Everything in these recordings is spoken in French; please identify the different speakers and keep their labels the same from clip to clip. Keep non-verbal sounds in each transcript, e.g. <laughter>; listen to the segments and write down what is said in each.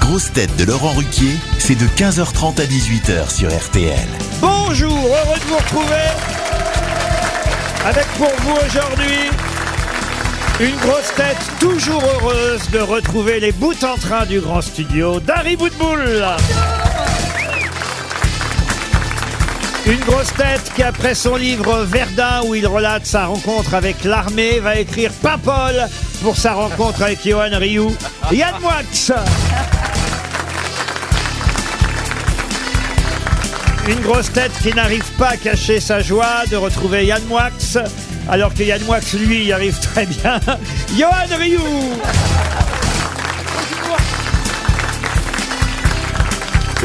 Speaker 1: grosses têtes de Laurent Ruquier, c'est de 15h30 à 18h sur RTL.
Speaker 2: Bonjour, heureux de vous retrouver avec pour vous aujourd'hui une grosse tête toujours heureuse de retrouver les bouts en train du grand studio d'Harry Boutboul. Une grosse tête qui, après son livre Verdun, où il relate sa rencontre avec l'armée, va écrire Paimpol pour sa rencontre avec Johan Rioux. Yann Moix Une grosse tête qui n'arrive pas à cacher sa joie de retrouver Yann Moix, alors que Yann Moix, lui, y arrive très bien. <laughs> Johan Rioux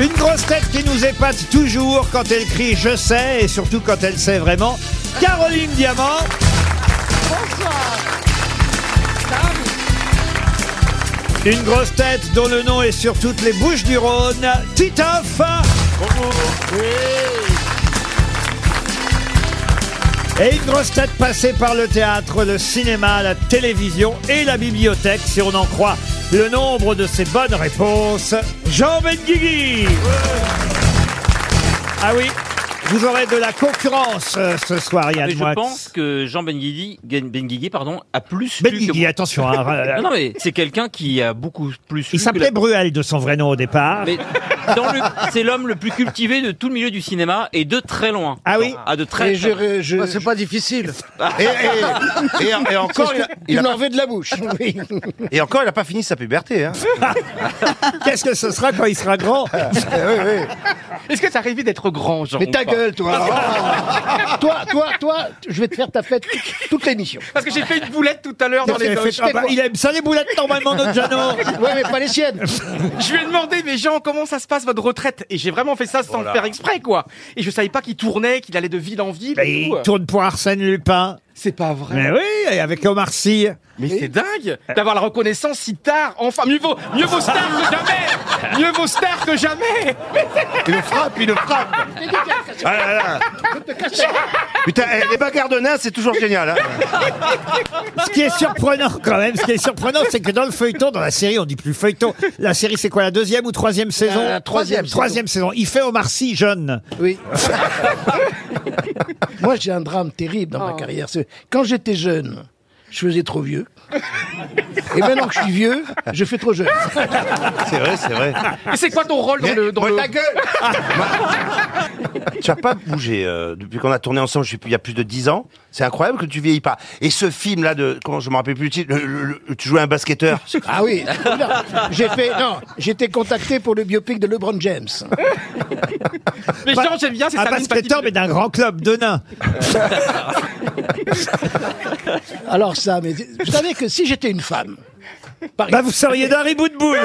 Speaker 2: Une grosse tête qui nous épate toujours quand elle crie Je sais et surtout quand elle sait vraiment. Caroline Diamant. Une grosse tête dont le nom est sur toutes les bouches du Rhône, Titoff. Et une grosse tête passée par le théâtre, le cinéma, la télévision et la bibliothèque, si on en croit le nombre de ses bonnes réponses, Jean Benguigui. Ah oui, vous aurez de la concurrence euh, ce soir, Yann
Speaker 3: Ah, Mais je
Speaker 2: Moix.
Speaker 3: pense que Jean Benguigui, Gen- Benguigui, pardon, a plus su que
Speaker 2: Benguigui,
Speaker 3: moi.
Speaker 2: attention.
Speaker 3: <laughs>
Speaker 2: hein,
Speaker 3: Non, non, mais c'est quelqu'un qui a beaucoup plus su
Speaker 2: Il
Speaker 3: que
Speaker 2: s'appelait
Speaker 3: la-
Speaker 2: Bruel de son vrai nom au départ.
Speaker 3: Mais dans le- c'est l'homme le plus cultivé de tout le milieu du cinéma et de très loin.
Speaker 2: Ah oui
Speaker 3: Ah, de très, très loin.
Speaker 4: Bah, c'est pas difficile.
Speaker 5: Et, et- et- et encore, il a,
Speaker 4: Il
Speaker 5: il a-
Speaker 4: en fait de la bouche. <laughs> Oui.
Speaker 5: et encore, il a pas fini sa puberté. Hein.
Speaker 2: Qu'est-ce que ce sera quand il sera grand
Speaker 6: Est-ce que ça arrivait d'être grand, Jean
Speaker 4: Mais ta
Speaker 6: ou pas
Speaker 4: gueule, toi. Oh. toi, toi, toi, je vais te faire ta fête toute l'émission.
Speaker 6: Parce que j'ai fait une boulette tout à l'heure dans les
Speaker 2: Ah
Speaker 6: loges.
Speaker 2: bah, Il aime ça les boulettes normalement, notre Jeannot.
Speaker 4: Ouais, mais pas les siennes.
Speaker 6: Je lui ai demandé, mais Jean, comment ça se passe votre retraite Et j'ai vraiment fait ça sans le faire exprès, quoi. Et je savais pas qu'il tournait, qu'il allait de ville en ville.
Speaker 2: Bah,
Speaker 6: et
Speaker 2: il
Speaker 6: tout.
Speaker 2: tourne pour Arsène Lupin.
Speaker 6: C'est pas vrai.
Speaker 2: Mais oui, et avec Omar Sy.
Speaker 6: Mais c'est dingue d'avoir la reconnaissance si tard. Enfin, mieux vaut, mieux vaut star que jamais. Mieux vaut star que jamais.
Speaker 5: Il le frappe, il le frappe. Ah là là. Putain, eh, les bagarres de nains, c'est toujours génial. hein.
Speaker 2: Ce qui est surprenant quand même, ce qui est surprenant, c'est que dans le feuilleton, dans la série, on dit plus feuilleton. La série, c'est quoi la deuxième ou troisième saison
Speaker 4: la troisième saison.
Speaker 2: Troisième saison. Il fait Omar Sy jeune.
Speaker 4: Oui. Moi, j'ai un drame terrible dans ma carrière. C'est- Quand j'étais jeune, je faisais trop vieux. Et maintenant que je suis vieux, je fais trop jeune.
Speaker 5: C'est vrai, c'est vrai.
Speaker 6: Et c'est quoi ton rôle dans le. Dans le...
Speaker 5: gueule Tu n'as pas bougé euh, depuis qu'on a tourné ensemble, je sais plus, il y a plus de 10 ans. C'est incroyable que tu vieillis pas. Et ce film-là, de comment je me rappelle plus le titre, le- le- le- tu jouais un basketteur.
Speaker 2: <laughs>
Speaker 4: Ah oui. Non, J'ai fait, non, j'étais contacté pour le biopic de LeBron James.
Speaker 6: Mais Jean, j'aime bien, c'est
Speaker 2: Un
Speaker 6: ça.
Speaker 2: basketteur, mais d'un grand club de nains.
Speaker 4: Alors ça, mais vous <laughs> savez que si j'étais une femme, par
Speaker 2: Bah, vous seriez d'un ribou de boule.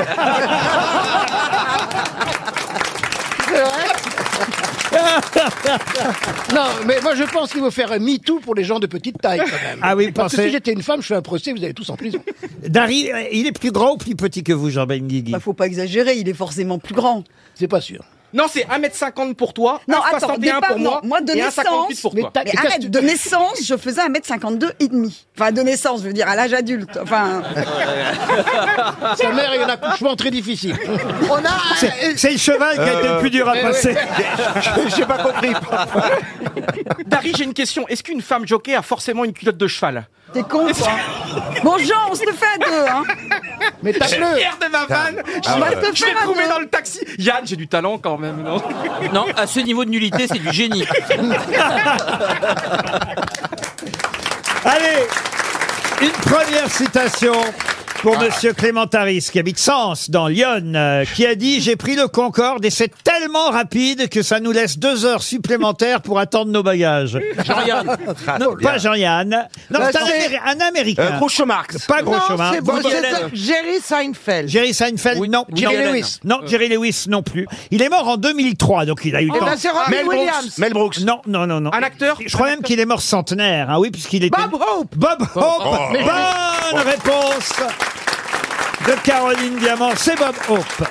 Speaker 4: Non, mais moi je pense qu'il faut faire un MeToo pour les gens de petite taille quand même.
Speaker 2: Ah oui, vous
Speaker 4: Parce que
Speaker 2: pensez
Speaker 4: si j'étais une femme, je fais un procès, vous allez tous en prison.
Speaker 2: Dari, euh, il est plus grand ou plus petit que vous, Jean Benguigui
Speaker 7: Bah, faut pas exagérer, il est forcément plus grand.
Speaker 4: C'est pas sûr.
Speaker 6: Non, c'est 1m50 pour toi,
Speaker 7: Non, attends,
Speaker 6: 1m61
Speaker 7: départ,
Speaker 6: pour moi,
Speaker 7: non, moi, de
Speaker 6: et
Speaker 7: naissance,
Speaker 6: 1,58 pour
Speaker 4: mais
Speaker 6: toi.
Speaker 4: t'as-
Speaker 7: Mais
Speaker 4: qu'est-ce que tu-
Speaker 7: arrête, de naissance, je faisais 1m52 et demi. Enfin, de naissance, je veux dire, à l'âge adulte. Enfin,
Speaker 4: Sa mère a eu un accouchement très difficile.
Speaker 7: on a...
Speaker 2: C'est c'est le cheval qui a été le plus dur à passer. <laughs>
Speaker 5: J'ai pas compris.
Speaker 6: Dari, j'ai une question. Est-ce qu'une femme jockey a forcément une culotte de cheval
Speaker 7: T'es con, toi <laughs> Bon, Jean, on se le fait à deux, hein
Speaker 4: Mais
Speaker 7: <laughs>
Speaker 4: tape-le
Speaker 6: Pierre de ma vanne
Speaker 5: Ah
Speaker 6: Je
Speaker 5: ouais.
Speaker 6: vais- Je vais
Speaker 7: Ah ouais.
Speaker 6: trouver dans le taxi Yann, j'ai du talent quand même, non
Speaker 3: Non, à ce niveau de nullité, c'est du génie.
Speaker 2: Allez, une première citation pour Monsieur Clémentaris, qui habite Sens, dans Lyon, euh, qui a dit « J'ai pris le Concorde et c'est tellement rapide que ça nous laisse deux heures supplémentaires pour attendre nos bagages. »
Speaker 3: Jean-Yann.
Speaker 5: <laughs>
Speaker 2: Non, pas Jean-Yann. Non, c'est un, Améri- un Américain.
Speaker 5: Euh, Groucho Marx.
Speaker 2: Pas gros chemin.
Speaker 8: Jerry Seinfeld.
Speaker 2: Jerry Seinfeld, non.
Speaker 4: Jerry
Speaker 3: Hélène.
Speaker 4: Lewis.
Speaker 2: Non, Jerry Lewis non plus. Il est mort en 2003, donc il a eu
Speaker 6: Eh
Speaker 2: le temps.
Speaker 8: ben, c'est Robin
Speaker 5: Mel Brooks.
Speaker 8: Williams.
Speaker 5: Mel Brooks.
Speaker 2: Non, non, non, non.
Speaker 6: Oh, bah, Un acteur Bah,
Speaker 2: Je crois même qu'il est mort centenaire, hein, oui, puisqu'il était...
Speaker 8: Bob Hope.
Speaker 2: Bob Hope
Speaker 5: Oh.
Speaker 2: Bonne réponse de Caroline Diamant, c'est Bob Hope.